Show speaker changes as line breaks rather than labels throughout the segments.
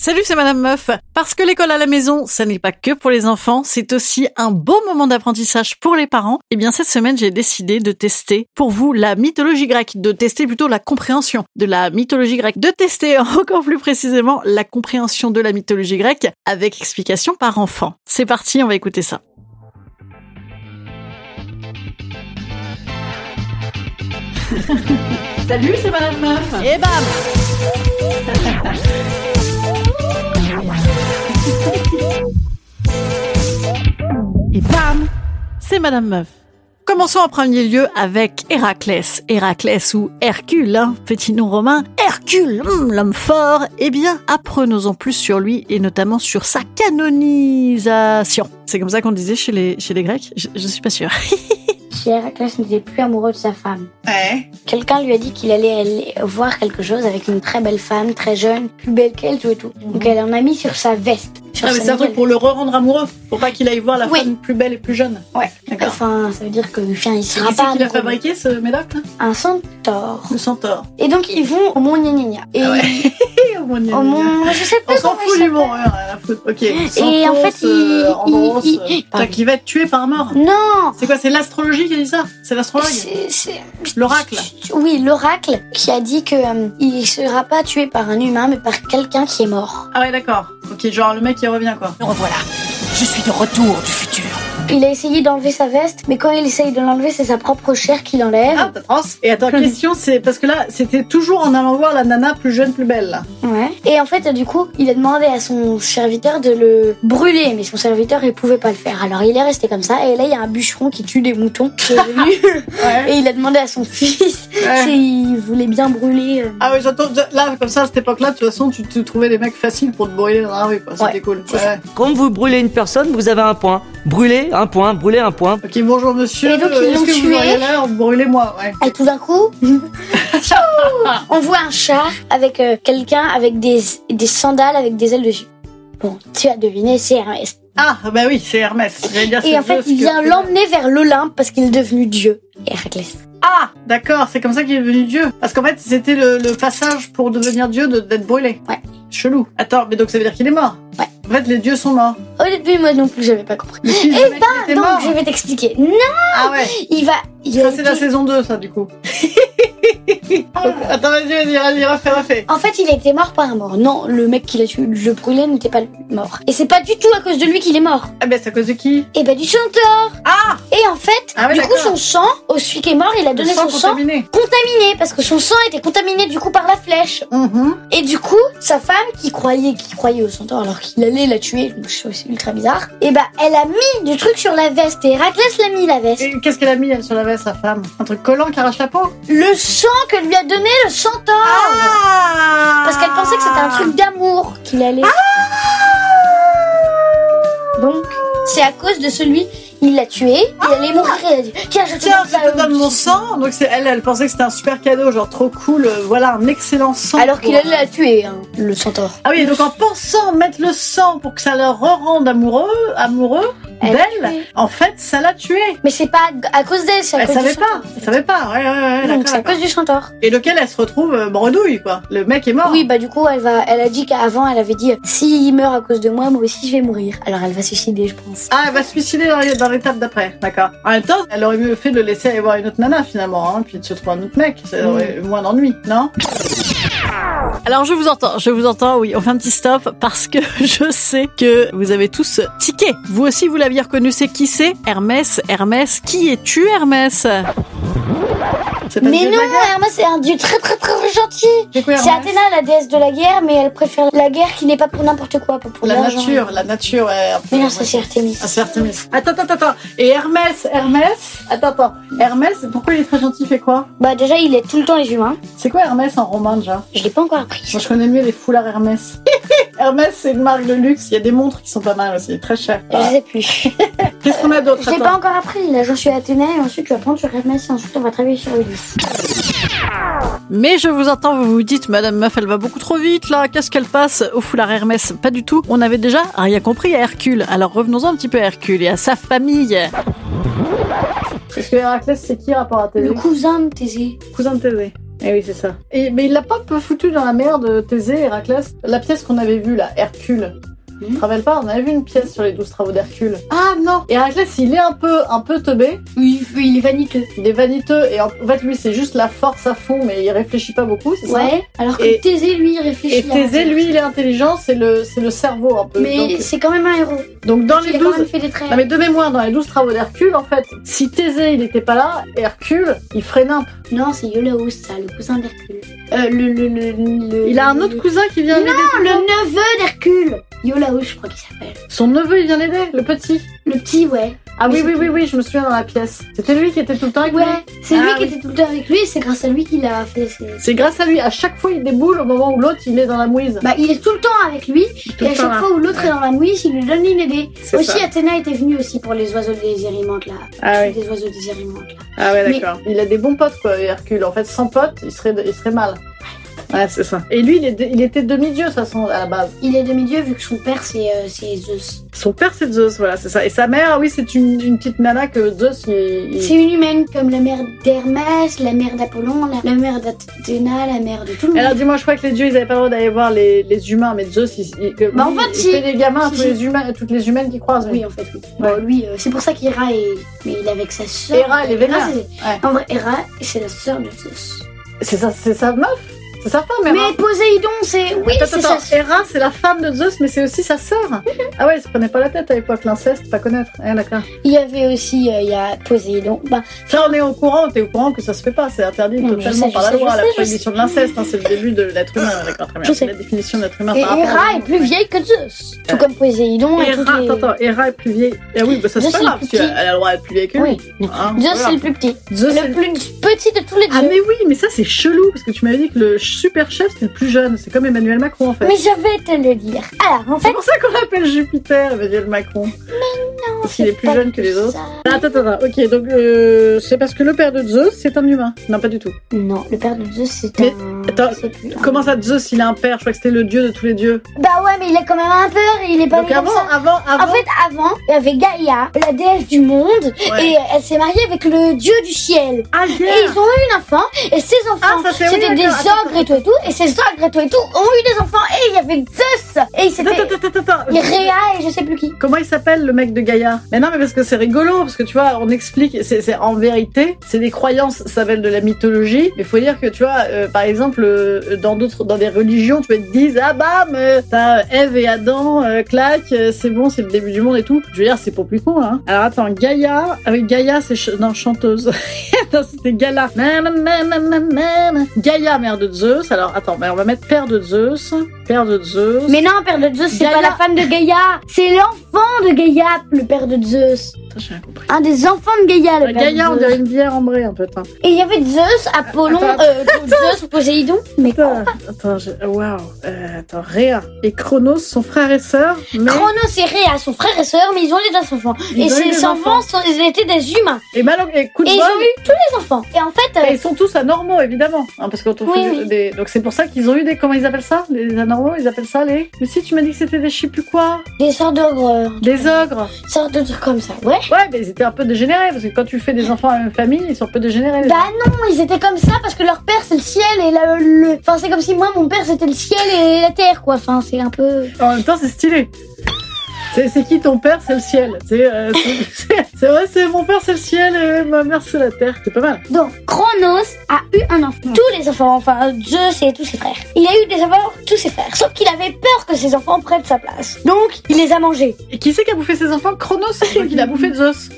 Salut, c'est Madame Meuf. Parce que l'école à la maison, ça n'est pas que pour les enfants, c'est aussi un beau moment d'apprentissage pour les parents. Et bien, cette semaine, j'ai décidé de tester pour vous la mythologie grecque, de tester plutôt la compréhension de la mythologie grecque, de tester encore plus précisément la compréhension de la mythologie grecque avec explication par enfant. C'est parti, on va écouter ça.
Salut, c'est Madame Meuf.
Et bam Et bam C'est Madame Meuf. Commençons en premier lieu avec Héraclès. Héraclès ou Hercule, hein, petit nom romain. Hercule, hum, l'homme fort. Eh bien, apprenons-en plus sur lui et notamment sur sa canonisation. C'est comme ça qu'on disait chez les, chez les Grecs je, je suis pas sûre.
Si Héraclès n'était plus amoureux de sa femme.
Ouais.
Quelqu'un lui a dit qu'il allait aller voir quelque chose avec une très belle femme, très jeune, plus belle qu'elle, tout et tout. Donc elle en a mis sur sa veste. Sur
Mhm. Ah, mais
sa
c'est un truc
nouvelle-
pour le re-rendre amoureux, pour pas qu'il aille voir la
Oui.
femme plus belle et plus jeune. Ouais, d'accord.
Enfin, ça veut dire que le chien, il
Qui
sera
c'est
pas
qui l'a
amoureux.
fabriqué, ce médoc là
Un centaure.
Le centaure.
Et donc ils vont au mont Gna Gna Gna. Et
Eh, mon Dieu.
au mont... Je sais
On
pas
s'en
comment il
fout du
s'appelle.
mort, la foot. Ok.
en fait,
Santos, euh,
il-
Andros,
il-
euh,
il-
putain, qui va être tué par un mort.
Non
C'est quoi C'est l'astrologie qui a dit ça C'est l'astrologue
C'est- c'est-
L'oracle
Oui, l'oracle qui a dit que euh, il sera pas tué par un humain, mais par quelqu'un qui est mort.
Ah ouais, d'accord. Ok, genre le mec il revient quoi.
Il a essayé d'enlever sa veste, mais quand il essaye de l'enlever, c'est sa propre chair qui l'enlève.
Ah, atroce. Et attends, question, c'est parce que là, c'était toujours en allant voir la nana plus jeune, plus belle. là.
Ouais. Et en fait, du coup, il a demandé à son serviteur de le brûler, mais son serviteur, il pouvait pas le faire. Alors il est resté comme ça, et là, il y a un bûcheron qui tue des moutons qui est venu,
Ouais.
et il a demandé à son fils
Ouais.
s'il voulait bien brûler. euh,
Ah ouais, j'attends. Là, comme ça, à cette époque-là, de toute façon, tu, tu trouvais des mecs faciles pour te brûler dans la rue, quoi. C'était
Ouais,
cool.
c'est
Ouais.
Quand vous brûlez une personne, vous avez un point. Brûler, un point, brûler, un point.
Ok, bonjour monsieur.
Et donc, ils
Euh, Est-ce
l'ont
que vous
tué
auriez l'air de brûler moi Ouais.
Et tout d'un coup, tchou, on voit un char avec euh, quelqu'un avec des, des sandales avec des ailes dessus. Bon, tu as deviné, c'est Hermès.
Ah, bah oui, c'est Hermès. J'allais dire,
Et
Ah, c'est
en fait,
Zeus
il
qui-
vient l'emmener vers l'Olympe parce qu'il est devenu dieu. Héraclès.
Ah, d'accord, c'est comme ça qu'il est devenu Dieu. Parce qu'en fait, c'était le, le passage pour devenir Dieu de- d'être brûlé.
Ouais.
Chelou. Attends, mais donc ça veut dire qu'il est mort
Ouais.
En fait, les dieux sont morts.
Au début, moi non plus, j'avais pas compris.
Le fils du mec, il était
Eh ben, Donc,
mort.
je vais t'expliquer. Non,
Ah ouais.
il va. Il
Ça,
a
c'est la
été-
saison 2, ça, du coup. Attends, vas-y, vas-y, vas-y, refais, refais.
En fait, il a été mort par un mort. Non, le mec qui l'a tué, le brûlé, n'était pas mort. Et c'est pas du tout à cause de lui qu'il est mort.
Ah, ben, c'est à cause de qui
Et bah, du chanteur.
Ah
Et en fait,
Ah ouais,
du coup,
d'accord.
son sang, au celui qui est mort, il a
Le
donné
sang
son sang
contaminé.
contaminé parce que son sang était contaminé du coup par la flèche.
Mhm.
Et du coup, sa femme qui croyait qui croyait au centaure alors qu'il allait la tuer, donc c'est aussi ultra bizarre. Et bah, elle a mis du truc sur la veste et Héraclès l'a mis la veste.
Et qu'est-ce qu'elle a mis, elle, sur la veste, sa femme Un truc collant qui arrache la peau
Le sang que lui a donné le centaure.
Ah
Parce qu'elle pensait que c'était un truc d'amour qu'il allait. Donc, c'est à cause de celui, il l'a tué, il allait mourir et il a dit Tiens, je te
Ah. Tiens,
donne
je
ça,
te donne
oui.
mon sang. Donc, c'est elle, elle pensait que c'était un super cadeau, genre trop cool. euh, voilà, un excellent sang.
Alors qu'il
pour-
allait la tuer, hein, le centaure.
Ah oui, donc en pensant mettre le sang pour que ça leur rende amoureux, amoureux
Elle l'a
d'elle,
tué.
en fait, ça l'a tué.
Mais c'est pas à cause d'elle, c'est à
Elle
cause
savait
du centaure.
pas, elle savait pas, ouais, ouais, ouais,
Donc,
d'accord,
c'est à
d'accord. Ah.
cause du centaure.
Et lequel elle se retrouve euh, bredouille, quoi. Le mec est mort.
Oui, bah du coup, elle, va, elle a dit qu'avant, elle avait dit S'il meurt à cause de moi, moi aussi je vais mourir. Alors elle va se suicider, je pense.
Ah, elle va se suicider dans les- dans l'étape d'après, d'accord. En même temps, elle aurait mieux fait
Mm.
de le laisser aller voir une autre nana finalement, hein, puis de se trouver un autre mec, ça aurait eu moins d'ennui, non
Alors je vous entends, je vous entends, oui, on fait un petit stop parce que je sais que vous avez tous tiqué. Vous aussi vous l'aviez reconnu, c'est qui c'est Hermès, Hermès, qui es-tu Hermès
C'est pas
Mais
une
non,
blague.
Hermès c'est un dieu très très très, très gentil.
C'est quoi,
C'est
Hermès
Athéna, la déesse de la guerre, mais elle préfère la guerre qui n'est pas pour n'importe quoi, pas pour
La
l'argent.
nature, la nature. ouais, un peu,
Mais non,
ouais.
ça c'est Artemis.
Ah, c'est Artemis. Attends, attends, attends. Et Hermès, Hermès. Attends, attends. Hermès, pourquoi il est très gentil, il fait quoi
Bah déjà, il est tout le temps les humains.
C'est quoi Hermès en romain déjà
Je l'ai pas encore appris.
Moi, je connais mieux les foulards Hermès. Hermès, c'est une marque de luxe. Il y a des montres qui sont pas mal aussi, très chères.
Je sais plus.
Qu'est-ce qu'on a d'autre
Je l'ai
Attends.
Euh, pas encore appris. Là, j'en suis à Athéna et ensuite tu vas prendre sur Hermès et ensuite on va travailler sur Ulysse.
Mais je vous entends, vous vous dites, Madame Meuf, elle va beaucoup trop vite là, qu'est-ce qu'elle passe au foulard Hermès Pas du tout, on avait déjà rien compris à Hercule. Alors revenons-en un petit peu à Hercule et à sa famille.
Parce que Héraclès, c'est qui rapport à Thésée
Le cousin de Thésée.
cousin de Thésée. Eh oui, c'est ça. Et, mais il l'a pas peu foutu dans la merde, Thésée, Héraclès. La pièce qu'on avait vue, là, Hercule. Tu te rappelles pas, on avait vu une pièce sur les douze travaux d'Hercule. Ah non Héraclès, il est un peu, un peu teubé,
Oui, il est vaniteux.
il est vaniteux, et en fait, lui, c'est juste la force à fond, mais il réfléchit pas beaucoup, c'est ça
Ouais. Alors que
Et-
Thésée, lui, il réfléchit.
Et
à la
Thésée,
matière.
lui, il est intelligent, c'est le, c'est le cerveau, un peu.
Mais
Donc,
c'est quand même un héros.
donc dans
Il
les
a quand
douze...
même fait des traits.
Non mais de mémoire, dans les douze travaux d'Hercule, en fait, si Thésée, il était pas là, Hercule, il ferait n'importe.
Non, c'est Iolaos, ça, le cousin d'Hercule. Euh, le, le, le, le-
Il a un autre cousin qui vient
Non,
l'aider. tout le temps.
Le neveu d'Hercule. Iolaos, je crois qu'il s'appelle.
Son neveu, il vient l'aider, le petit.
Le petit, ouais.
Ah
Mais
oui, oui,
c'est
oui,
tout.
oui, je me souviens dans la pièce. C'était lui qui était tout le temps avec lui.
Ouais, c'est
Ah
lui qui
oui.
était tout le temps avec lui et c'est grâce à lui qu'il a fait ses...
C'est grâce à lui, à chaque fois il déboule au moment où l'autre il est dans la mouise.
Bah, il est tout le temps avec lui
Tout
et à
le temps,
chaque
là.
fois où l'autre est dans la mouise, il lui donne une idée.
C'est
Aussi,
ça.
Athéna était venue aussi pour les oiseaux des érimantes là.
Ah oui.
Des oiseaux des érimantes là.
Ah ouais,
Mais-
d'accord. Il a des bons potes quoi, Hercule. En fait, sans potes, il serait, il serait mal. Ouais, c'est ça. Et lui, il, est- il était demi-dieu de toute façon à la base.
Il est demi-dieu vu que son père c'est euh, c'est Zeus.
Son père c'est Zeus, voilà, c'est ça. Et sa mère, ah oui, c'est une, une petite nana que Zeus il. il-
C'est une humaine comme la mère d'Hermès, la mère d'Apollon, la, la mère d'Athéna, la mère de tout le monde.
Alors dis-moi, je crois que les dieux ils avaient pas le droit d'aller voir les, les humains, mais Zeus il, il- que-
Bah, en
lui,
fait,
il
si.
fait des gamins
Si,
à tous
si.
les humains, à toutes les humaines qui croisent.
Oui, en fait, oui.
Ouais.
Bon, lui, euh, c'est pour ça qu'Héra est. Mais il est avec sa sœur.
Héra, elle est vénère.
c'est-
Ouais.
En vrai, Héra, c'est la sœur de Zeus.
C'est ça, c'est sa meuf, c'est sa femme. Hera.
Mais Poséidon, c'est. Oui,
attends,
c'est
attends,
sa
attends. Hera, c'est la femme de Zeus, mais c'est aussi sa sœur. ah ouais, elle se prenait pas la tête à l'époque, l'inceste, pas connaître. Ouais, d'accord.
Il y avait aussi, euh, il y a Poséidon. Bah,
Ça, on est au courant, t'es au courant que ça se fait pas, c'est interdit
Non, mais Mm, je
totalement
sais,
par
je
la
sais,
loi,
je
la
sais, je
prohibition
sais. Ah,
de l'inceste, hein, c'est le début de l'être humain, ouais, d'accord, très bien.
Je
C'est
sais.
la définition de l'être humain.
et
par rapport
Hera
à-
est plus vieille que Zeus. Tout comme Poséidon et
Hera,
toutes les-
attends, attends, Hera est plus vieille. Eh oui, bah ça
Zeus,
c'est pas
il est
grave,
plus
parce qu'elle
petit.
a le droit d'être plus vieille que
Oui.
lui. Hein,
Zeus,
voilà.
c'est le plus petit.
Zeus, c'est
Le plus petit de tous les
Ah
dieux.
mais oui, mais ça c'est chelou, parce que tu m'avais dit que le super chef c'était le plus jeune, c'est comme Emmanuel Macron en fait.
mais j'avais te le dire. Alors, en
C'est
fait,
pour ça qu'on l'appelle Jupiter, Emmanuel Macron.
non,
Parce qu'il est
c'est
plus
pas
jeune que les
ça.
autres. Ah, Attends, attends, attends. Ok, donc euh, c'est parce que le père de Zeus, c'est un humain. Non, pas du tout.
Non, le père de Zeus, c'est
Mais,
un.
attends,
je sais plus, un-
Comment ça, Zeus, il a un père Je crois que c'était le dieu de tous les dieux.
Bah ouais, mais il est quand même un peur et il est pas
donc
né comme
avant,
ça.
avant, avant,
En fait, avant, il y avait Gaïa, la déesse du monde,
Ouais.
et elle s'est mariée avec le dieu du ciel.
Ah, hier.
Et ils ont eu un enfant, et ces enfants,
Ah, ça, c'est-
c'était
oui,
des
d'accord. Attends,
ogres et tout et tout, et ces ogres et tout et tout ont eu des enfants, et il y avait Zeus, et il
Attends,
s'était
attends, attends, attends.
et Rhea et je sais plus qui.
Comment il s'appelle le mec de Gaïa Mais non, mais parce que c'est rigolo, parce que tu vois, on explique, c'est c'est- en vérité, c'est des croyances, ça s'appelle de la mythologie. Mais faut dire que tu vois, euh, par exemple, euh, dans d'autres, dans des religions, tu vois, ils te disent ah bam, euh, t'as Ève et Adam, euh, claque, euh, c'est bon, c'est le début du monde et tout. Je veux dire, c'est pour plus con là. hein. Alors attends, Gaïa, avec Gaïa, c'est ch- non chanteuse. non, c'était Gala. Na, na, na, na, na, na, na. Gaïa, mère de Zeus. Alors attends, mais on va mettre père de Zeus, père de Zeus.
Mais non, père de Zeus, c'est
Gaïa.
pas la femme de Gaïa, c'est l'enfant de Gaïa, le père de Zeus.
Putain, j'ai rien compris.
Un des enfants de Gaïa, le père
Ah, Gaïa, on
de Zeus.
dirait une bière ambrée hein. un peu. Attends.
Et il y avait Zeus, Apollon,
Attends,
euh, Zeus, Poséidon, mais
Attends, attends, j'ai- waouh. Euh, attends, Rhea et Chronos sont frères et sœurs, mais
Chronos et Rhea, son frère et sœur, mais ils ont eu des enfants.
Ils
et
ont eu
ces
des
enfants, sont- ils étaient des humains.
et malheureusement, et coup de
Et ils
bol,
ont eu tous les enfants. Et en fait,
et
euh,
ils sont tous anormaux évidemment, hein, parce qu'on trouve
Oui,
des-
oui.
des- donc c'est pour ça qu'ils ont eu des comment ils appellent ça, les anormaux, ils appellent ça les. Mais si tu m'as dit que c'était des je sais plus quoi,
des sortes d'ogres,
des ogres.
euh, sortes de trucs comme ça, ouais.
Ouais, mais ils étaient un peu dégénérés parce que quand tu fais des enfants à la même famille, ils sont un peu dégénérés. les
Bah non, ils étaient comme ça parce que leur père c'est le ciel et la- le. Enfin, c'est comme si moi mon père c'était le ciel et la terre quoi. Enfin, c'est un peu.
En même temps, c'est stylé. C'est c'est qui ton père C'est le ciel. C'est euh, c'est- c'est- c'est vrai, c'est mon père, c'est le ciel, et ma mère, c'est la terre. C'est pas mal.
Donc, Chronos a eu un enfant. Tous les enfants, enfin, Zeus et tous ses frères. Il a eu des enfants, tous ses frères. Sauf qu'il avait peur que ses enfants prennent sa place. Donc, il les a mangés.
Et qui c'est qui a bouffé ses enfants Chronos, c'est toi qui a bouffé Zeus.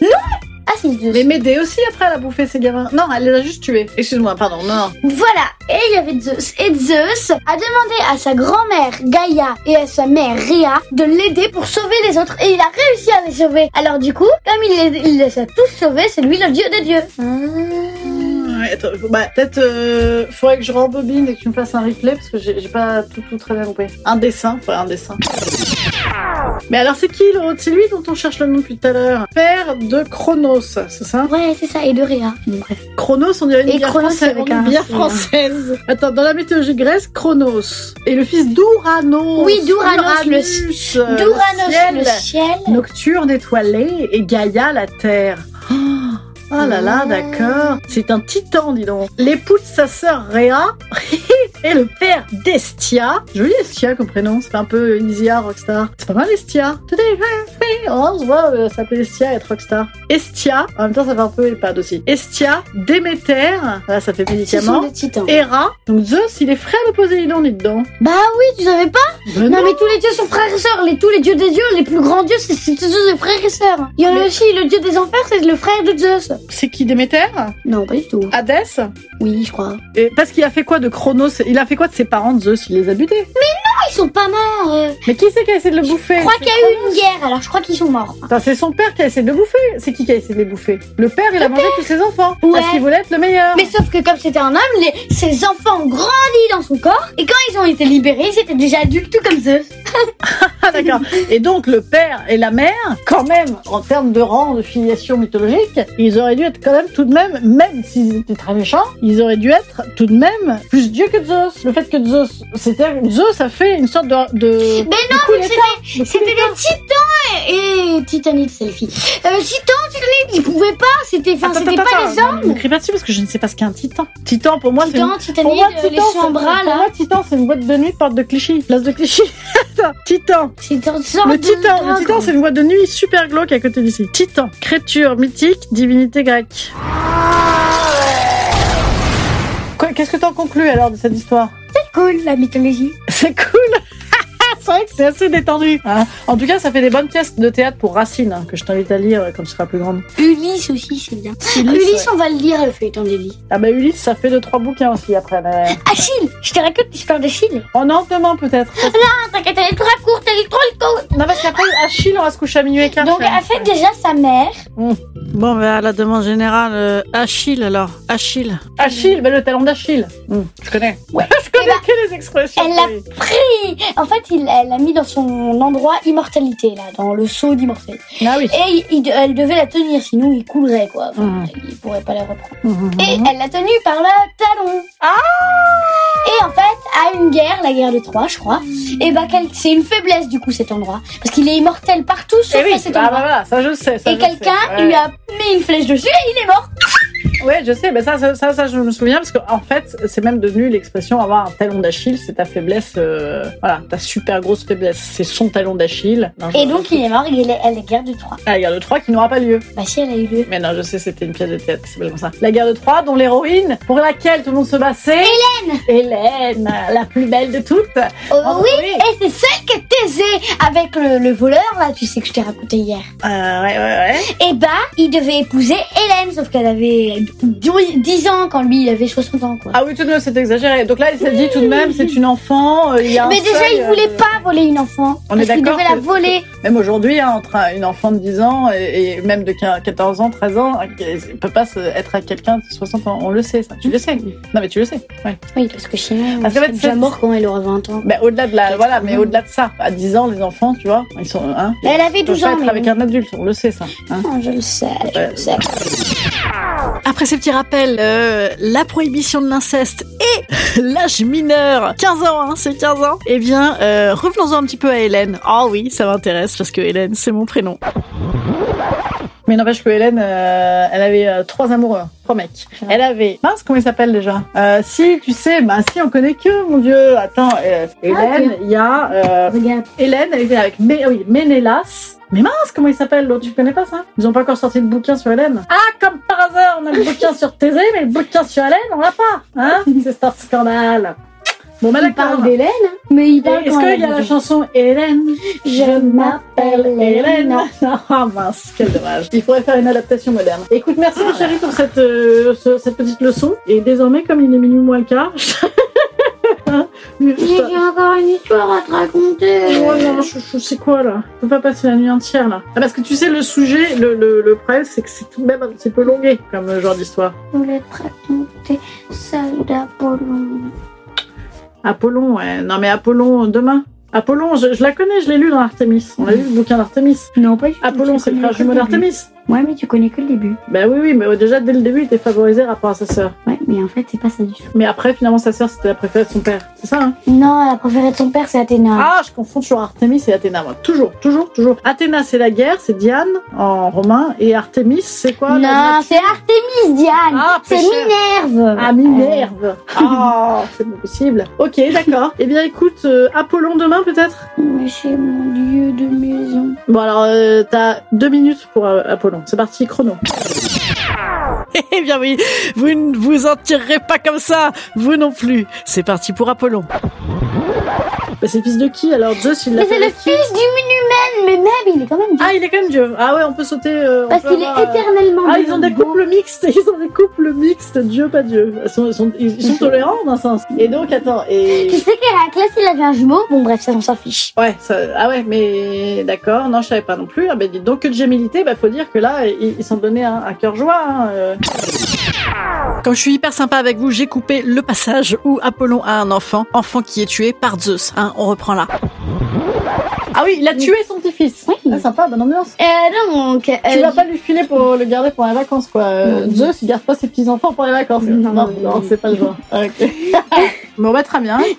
Ah, c'est Zeus.
Mais Médée aussi, après, elle a bouffé ses gamins. Non, elle les a juste tués. Excuse-moi, pardon, non.
Voilà, et il y avait Zeus. Et Zeus a demandé à sa grand-mère Gaïa et à sa mère Rhea de l'aider pour sauver les autres. Et il a réussi à les sauver. Alors du coup, comme il les, il les a tous sauvés, c'est lui le dieu des dieux.
Ouais, attends, faut- bah, peut-être euh, faudrait que je rembobine et que tu me fasses un replay parce que j'ai j'ai pas tout, tout très bien compris. Un dessin, faudrait un dessin. Mais alors c'est qui l'autre C'est lui dont on cherche le nom depuis tout à l'heure. Père de Chronos, c'est ça
Ouais, c'est ça, et de Rhea. Bon, bref.
Chronos, on dirait une
Et
bière
Chronos
française.
avec
on dit
un hein.
bière
signe.
française. Attends, dans la mythologie grecque, Chronos est le fils d'Ouranos.
Oui, d'Ouranos, le-
Uranus, euh,
D'Ouranos,
ciel.
le ciel.
Nocturne étoilée et Gaïa la terre. Oh, oh là là,
Ah.
d'accord. C'est un titan, dis donc. L'époux de sa sœur Rhea et le père d'Estia. Joli Estia comme prénom, c'est un peu Isia, Rockstar. C'est pas mal Estia. Tout est parfait. Oh, On se voit euh, s'appeler Estia et être Rockstar. Estia, en même temps ça fait un peu EHPAD aussi. Estia, Déméter, Voilà, ça
Ce
fait
sont
médicament.
des titans.
Hera, donc Zeus, il est frère de Poséidon, dis donc.
Bah oui, tu savais pas
Ben
Non mais tous les dieux sont frères et sœurs, les, tous les dieux des dieux, les plus grands dieux, c'est c'est tous des frères et sœurs. Il y en a aussi le dieu des enfers, c'est le frère de Zeus.
C'est qui Déméter
Non, pas du tout.
Hadès
Oui, je crois.
Et parce qu'il a fait quoi de Chronos Il a fait quoi de ses parents de Zeus Il les a butés.
Ah, ils sont pas morts euh.
Mais qui c'est qui a essayé de le bouffer
Je crois qu'il y a eu une guerre, alors je crois qu'ils sont morts.
Attends, c'est son père qui a essayé de le bouffer. C'est qui qui a essayé de les bouffer Le père, il a mangé tous ses enfants.
Ouais.
Parce qu'il voulait être le meilleur.
Mais sauf que comme c'était un homme, les, ses enfants ont grandi dans son corps, et quand ils ont été libérés, ils étaient déjà adultes, tout comme Zeus.
Ah, d'accord. Et donc, le père et la mère, quand même, en termes de rang, de filiation mythologique, ils auraient dû être quand même tout de même, même s'ils étaient très méchants, ils auraient dû être tout de même plus dieux que Zeus. Le fait que Zeus, c'était Zeus a fait une sorte de. de...
Mais non,
coup,
mais
les
c'était c'était des titans et, et Titanic, c'est le fils. Euh, titans, Titanic, ils pouvaient pas, c'était enfin, c'était pas des hommes.
Ne crie pas dessus parce que je ne sais pas ce qu'est un titan. Titan, pour moi, c'est une
Titans,
Pour
Titanic,
moi,
euh, les
Titan,
sous en
c'est-
bras
pour
là.
moi, Titan, c'est une boîte de nuit, porte de Clichy, place de Clichy. Attends, Titan.
C'est une sorte
Le
de
Titan, le
dragon.
Titan, c'est une boîte de nuit super glauque à côté d'ici. Titan, créature mythique, divinité grecque. Quoi, Qu'est-ce que t'en conclus alors de cette histoire
cool la mythologie.
C'est cool C'est vrai que c'est assez détendu. hein. en tout cas, ça fait des bonnes pièces de théâtre pour Racine, hein, que je t'invite à lire quand tu seras plus grande.
Ulysse aussi, c'est bien.
Ulysse,
Ulysse, on va le lire, le feuilleton d'Ulysse.
Ah bah Ulysse, ça fait deux, trois bouquins aussi après. mais-
Achille Je te raconte l'histoire d'Achille.
On en demain peut-être.
Ah, t'inquiète, elle est trop courte, elle est trop courte.
Non, parce qu'après, Achille, on va se coucher à minuit et quart.
Donc, elle fait déjà sa mère.
Bon, bah, à la demande générale, euh, Achille alors. Achille. Hmm.
Achille, ben le talon d'Achille. je connais. Ouais. je connais
Eh ben,
que les expressions.
elle l'a-
oui.
Pris En fait, il, elle a mis dans son endroit immortalité, là, dans le seau d'immortalité.
Ah oui.
Et il- il- elle devait la tenir, sinon il coulerait, quoi. Enfin,
Mhm.
Il pourrait pas la reprendre.
Mhm.
Et elle l'a tenue par le talon.
Ah
Et en fait, à une guerre, la guerre de Troie, je crois, et bah, quel- c'est une faiblesse du coup cet endroit. Parce qu'il est immortel partout
Eh
sauf à
oui.
cet
Ah
endroit.
bah voilà, ça je sais. ça,
Et
je sais.
quelqu'un
Ouais.
lui a mis une flèche dessus et il est mort.
Ouais, je sais. Mais ça, ça, ça, ça, je me souviens parce qu'en fait, c'est même devenu l'expression avoir un talon d'Achille, c'est ta faiblesse. euh, voilà, ta super grosse faiblesse, c'est son talon d'Achille. Non, je-
Et donc il est mort, il est à la guerre de Troie.
Ah, la guerre de Troie qui n'aura pas lieu.
Bah si elle a eu lieu.
Mais non, je sais, c'était une pièce de théâtre qui s'appelle comme ça. La guerre de Troie, dont l'héroïne pour laquelle tout le monde se bat, c'est Hélène. Hélène, la plus belle de toutes.
Oh oui
oui.
Et c'est celle qui est taisée avec le, le voleur là, tu sais que je t'ai raconté hier.
Euh, ouais, ouais, ouais.
Et bah il devait épouser Hélène, sauf qu'elle avait dou- 10 ans quand lui il avait 60 ans quoi.
Ah oui, tout de même, c'est exagéré. Donc là, il s'est dit tout de même, c'est une enfant. euh, il y a un
Mais déjà
seuil,
il
euh,
voulait
de-
pas voler une enfant.
On est
parce qu'il
d'accord
devait la
que-
voler.
Même aujourd'hui, hein, entre un- une enfant de 10 ans et, et même de 15 14 ans, 13 ans, hein, ne peut pas se- être avec quelqu'un de 60 ans. On le sait, ça. Tu le sais. Non, mais tu le sais. Ouais.
Oui, parce que sinon elle
Parce qu'en
serait
fait,
déjà
c'est-
mort quand elle aura 20 ans.
Ben, au-delà de la,
Peut-être.
voilà, mais au-delà de ça, à 10 ans, les enfants, tu vois, ils sont, hein.
Mais elle avait
Ils peuvent
12
pas
ans.
être
mais
avec
bon.
un adulte, on le sait, ça. hein.
Ah, Je le sais, je
Ouais.
le sais.
Après ces petits rappels, euh, la prohibition de l'inceste et l'âge mineur, 15 ans, hein, c'est 15 ans. Eh bien, euh, revenons-en un petit peu à Hélène. Ah oui, ça m'intéresse parce que Hélène, c'est mon prénom.
Mais n'empêche que Hélène, euh, elle avait euh, trois amoureux, trois mecs. Elle avait, mince, comment il s'appelle déjà Euh, Si, tu sais, bah si, on connaît que, mon Dieu. Attends, euh,
Ah,
Hélène, il y a euh,
Regarde.
Hélène, elle était avec Mé- oui, Ménélas. Mais mince, comment il s'appelle l'autre Tu connais pas ça Ils ont pas encore sorti le bouquin sur Hélène. Ah, comme par hasard, on a le bouquin sur Thésée, mais le bouquin sur Hélène, on l'a pas. Hein C'est un scandale. Bon, bah
Il
d'accord.
parle d'Hélène, hein, mais il parle
Est-ce
quand
qu'il y a
même.
la chanson Hélène
Je m'appelle Hélène.
Non, ah mince, quel dommage. Il faudrait faire une adaptation moderne. Écoute, merci
Ah.
ma chérie pour cette, euh, ce- cette petite leçon. Et désormais, comme il est minuit moins le quart, je-
J'ai j'ai encore une histoire à te raconter.
Ouais, non, je, je sais quoi là Je peux pas passer la nuit entière là. Ah, parce que tu sais, le sujet, le, le, le problème, c'est que c'est tout de même un petit peu longué comme genre d'histoire.
Je voulais te raconter celle d'Apollon.
Apollon, ouais. Non mais Apollon, euh, demain. Apollon, je, je la connais, je l'ai lu dans Artemis. On a lu le bouquin d'Artemis.
Non, pas du
Ah,
tout.
Apollon,
Tu
c'est le
connais
frère
que le
jumeau
début.
d'Artemis.
Ouais, mais tu connais que le début.
Ben oui, oui, mais euh, déjà dès le début, il était favorisé rapport à sa sœur.
Ouais, mais en fait, c'est pas ça du tout.
Mais après, finalement, sa sœur, c'était la préférée de son père. C'est ça, hein
Non, la préférée de son père, c'est Athéna.
Ah, je confonds toujours Artemis et Athéna, moi. Toujours, toujours, toujours. Athéna, c'est la guerre, c'est Diane en romain. Et Artemis, c'est quoi la
non,
nature
c'est Artémis, Diane.
Ah,
c'est
pécheur.
Minerve.
Ah, Minerve Ah, c'est pas possible. Ok, d'accord. Eh bien, écoute, euh, Apollon demain, peut-être
Mais c'est mon lieu de maison.
Bon, alors, euh, t'as deux minutes pour euh, Apollon. C'est parti, chrono.
Eh bien oui, vous ne vous en tirerez pas comme ça, vous non plus. C'est parti pour Apollon.
Bah, c'est le fils de qui Alors, Zeus, il
Mais c'est
l'appelle
le fils du Minumen, mais même, il est quand même Dieu.
Ah, il est quand même Dieu. Ah ouais, on peut sauter... euh, on
parce
peut
qu'il est
avoir, euh,
éternellement
Ah,
Dieu.
ils ont des couples mixtes, ils ont des couples mixtes, Dieu pas Dieu. Ils sont, ils sont- ils sont tolérants d'un sens. Et donc, attends, et.
Tu sais qu'Héraclès, il avait un jumeau Bon, bref, ça, on s'en fiche.
Ouais, ça, ah ouais, mais d'accord, non, je savais pas non plus. Ah, ben, dis donc que de gémilité, bah, faut dire que là, ils ils sont donnés un, un cœur joie. hein, euh.
Comme je suis hyper sympa avec vous, j'ai coupé le passage où Apollon a un enfant, enfant qui est tué par Zeus. Hein, on reprend là.
Ah oui, il a tué son petit-fils. Ah, sympa, bonne ambiance.
Euh, donc, euh,
tu vas pas lui filer pour le garder pour les vacances, quoi. Euh, Zeus, il garde pas ses petits-enfants pour les vacances. Non, non, c'est pas le genre. Ah, Ok. bon, bah, très bien.
pip,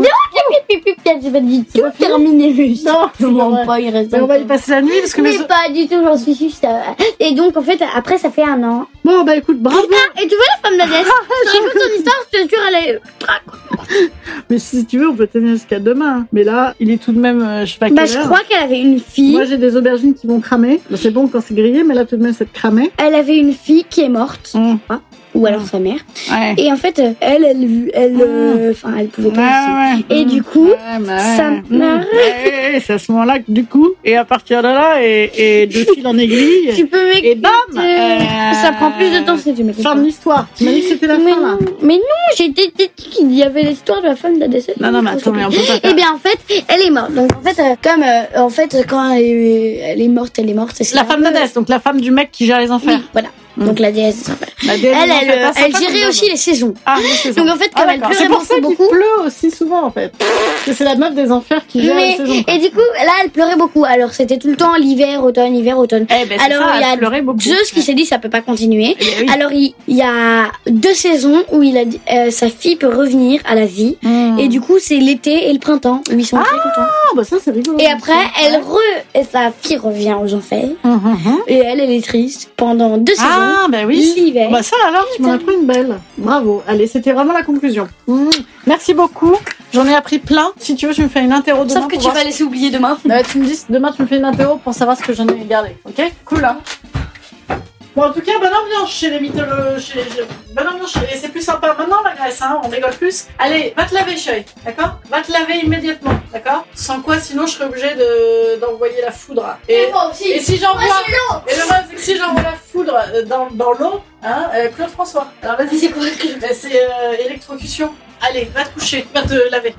pip, pip, je vais te
pas
tout
fini
terminer juste.
Non, c'est pas vrai.
pas, il reste.
Mais Bah, on va y passer la nuit, parce que
Mais
les-
pas du tout, j'en suis juste. euh, Et donc, en fait, après, ça fait un an.
Bon, bah, écoute, bravo.
Ah, Et tu vois la femme d'Adès Je te raconte ton histoire, je te jure, elle est.
Mais si tu veux, on peut tenir jusqu'à demain. Mais là, il est tout de même, euh, je sais pas
Bah,
quelle
je
heure.
crois qu'elle avait une fille.
Moi, j'ai des aubergines qui vont cramer. Bah, C'est bon quand c'est grillé, mais là, tout de même, c'est cramé.
Elle avait une fille qui est morte,
Mmh.
ou alors sa mère.
Ouais.
Et en fait, euh, elle, elle, elle, euh, enfin, elle pouvait pas.
ouais,
Et du coup,
Ouais, bah ouais.
ça
Mmh.
m'arrête.
Ouais, c'est à ce moment-là que du coup, et à partir de là, et, et de fil en aiguille,
tu peux m'écouter.
et bam euh,
Ça prend plus de temps, c'est du mec.
Fin de l'histoire. Tu m'as dit que c'était la
Mais
fin, là.
non, mais non, j'étais dit qu'il y avait l'histoire de la femme d'Adès.
Non, non, mais attends, mais on peut pas
Eh
faire.
bien, en fait, elle est morte. Donc, en fait, euh, comme, euh, en fait, quand elle est, elle est morte, elle est morte. c'est
La
ça.
femme d'Adès, donc la femme du mec qui gère les enfers.
Oui, voilà. Donc, la déesse des enfers.
La
Elle,
déesse des
elle,
enfers.
euh,
Ah, c'est
elle
pas
gérait
comme
aussi les saisons.
Ah, oui, c'est ça.
Donc, en fait,
Ah,
comme elle
d'accord.
pleurait
c'est pour ça
beaucoup,
qu'il
beaucoup-
pleut aussi souvent en fait. Parce que c'est la meuf des enfers qui gère
Mais,
les saisons. quoi.
et du coup, là, elle pleurait beaucoup. Alors, c'était tout le temps l'hiver, automne, hiver, automne.
Eh ben, c'est
alors,
ça,
il y
elle
a
pleurait beaucoup.
Zeus qui s'est dit, ça peut pas continuer.
Eh oui.
Alors, il il y a deux saisons où il a, dit- euh, sa fille peut revenir à la vie.
Mmh.
Et du coup, c'est l'été et le printemps où ils sont très contents.
Mm. Ah, bah ça, c'est rigolo.
Et après, elle re, et sa fille revient aux enfers.
Mhm, mhm.
Et elle, elle est triste pendant deux saisons.
Ah, bah oui.
L'hiver.
Bah ça alors, tu m'en as pris une belle. Bravo. Allez, c'était vraiment la conclusion. Mmh. Merci beaucoup. J'en ai appris plein. Si tu veux, tu me fais une interro demain.
Sauf que tu
pour voir
vas laisser oublier demain.
ce- Ouais, tu me dis, demain, tu me fais une interro pour savoir ce que j'en ai gardé. Ok Cool, hein Bon, en tout cas, bonne ambiance chez les mythologues. Chez les... chez- Bonne ambiance chez- Et c'est plus sympa maintenant, la Grèce, hein On rigole plus. Allez, va te laver, chérie. D'accord Va te laver immédiatement. D'accord Sans quoi, sinon, je serais obligée de- d'envoyer la foudre. Et...
moi aussi.
Et si j'envoie.
Moi,
Et le problème, c'est que si j'envoie la foudre euh, dans, dans l'eau, hein, euh, Claude François. Alors vas-y, c'est quoi Ben, C'est euh, électrocution. Allez, va te coucher, va te laver.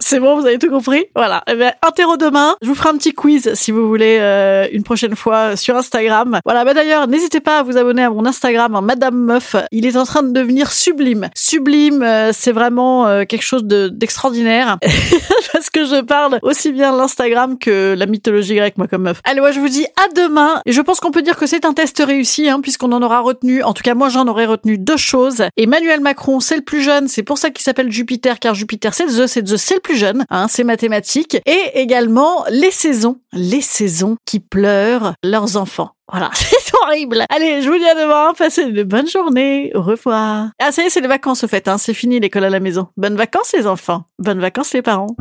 C'est bon, vous avez tout compris Voilà. Eh ben, interro demain. Je vous ferai un petit quiz si vous voulez euh, une prochaine fois sur Instagram. Voilà. Bah d'ailleurs, n'hésitez pas à vous abonner à mon Instagram, hein, Madame Meuf. Il est en train de devenir sublime. Sublime, euh, c'est vraiment euh, quelque chose de- d'extraordinaire parce que je parle aussi bien l'Instagram que la mythologie grecque, moi comme meuf. Allez, moi je vous dis à demain. Et je pense qu'on peut dire que c'est un test réussi, hein, puisqu'on en aura retenu, en tout cas moi j'en aurais retenu deux choses. Emmanuel Macron, c'est le plus jeune, c'est pour ça qu'il s'appelle Jupiter, car Jupiter c'est Zeus, c'est Zeus, c'est le plus jeune, hein, c'est mathématique, et également les saisons, les saisons qui pleurent leurs enfants. Voilà, c'est horrible. Allez, je vous dis à demain. Passez une bonne journée. Au revoir. Ah, ça y est, c'est les vacances au fait. Hein. C'est fini l'école à la maison. Bonnes vacances les enfants. Bonnes vacances les parents.